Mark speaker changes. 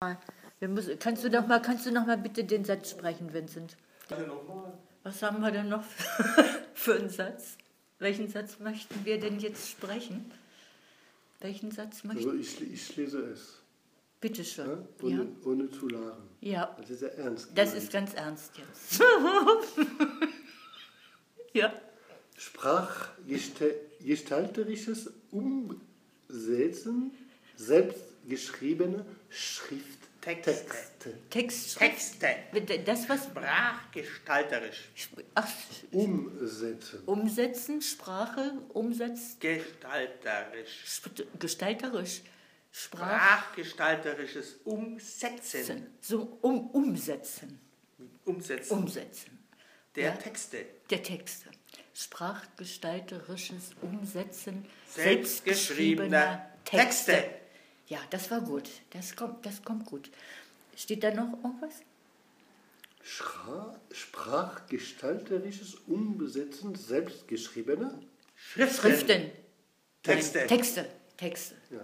Speaker 1: Mal. Wir müssen, kannst, du noch mal, kannst du noch mal bitte den Satz sprechen, Vincent? Was haben wir denn noch für, für einen Satz? Welchen Satz möchten wir denn jetzt sprechen? Welchen Satz möchten
Speaker 2: Also ich, ich lese es,
Speaker 1: Bitte
Speaker 2: ne?
Speaker 1: schön. Ja.
Speaker 2: ohne, ohne zu lachen.
Speaker 1: ja,
Speaker 2: Das ist ja ernst.
Speaker 1: das
Speaker 2: gemeint.
Speaker 1: ist ganz ernst jetzt. ja,
Speaker 2: Sprachgestalterisches Umsetzen selbstgeschriebener Schrifttexte.
Speaker 1: Text.
Speaker 3: Texte.
Speaker 1: Das, was.
Speaker 3: Sprachgestalterisch.
Speaker 1: Ach,
Speaker 2: Umsetzen.
Speaker 1: umsetzen, Sprache, umsetzen,
Speaker 3: Gestalterisch.
Speaker 1: gestalterisch. Sprache.
Speaker 3: Sprachgestalterisches Umsetzen.
Speaker 1: So, um, umsetzen.
Speaker 3: Umsetzen
Speaker 1: Umsetzen.
Speaker 3: der
Speaker 1: ja.
Speaker 3: Texte.
Speaker 1: Der Texte. Sprachgestalterisches Umsetzen
Speaker 3: Selbstgeschriebener
Speaker 1: selbstgeschriebener Texte.
Speaker 3: Texte.
Speaker 1: Ja, das war gut. Das kommt, das kommt gut. Steht da noch irgendwas?
Speaker 2: Schra Sprachgestalterisches Umsetzen selbstgeschriebener.
Speaker 3: Schriften.
Speaker 1: Schriften.
Speaker 3: Texte.
Speaker 1: Nein, Texte. Texte.
Speaker 2: Ja.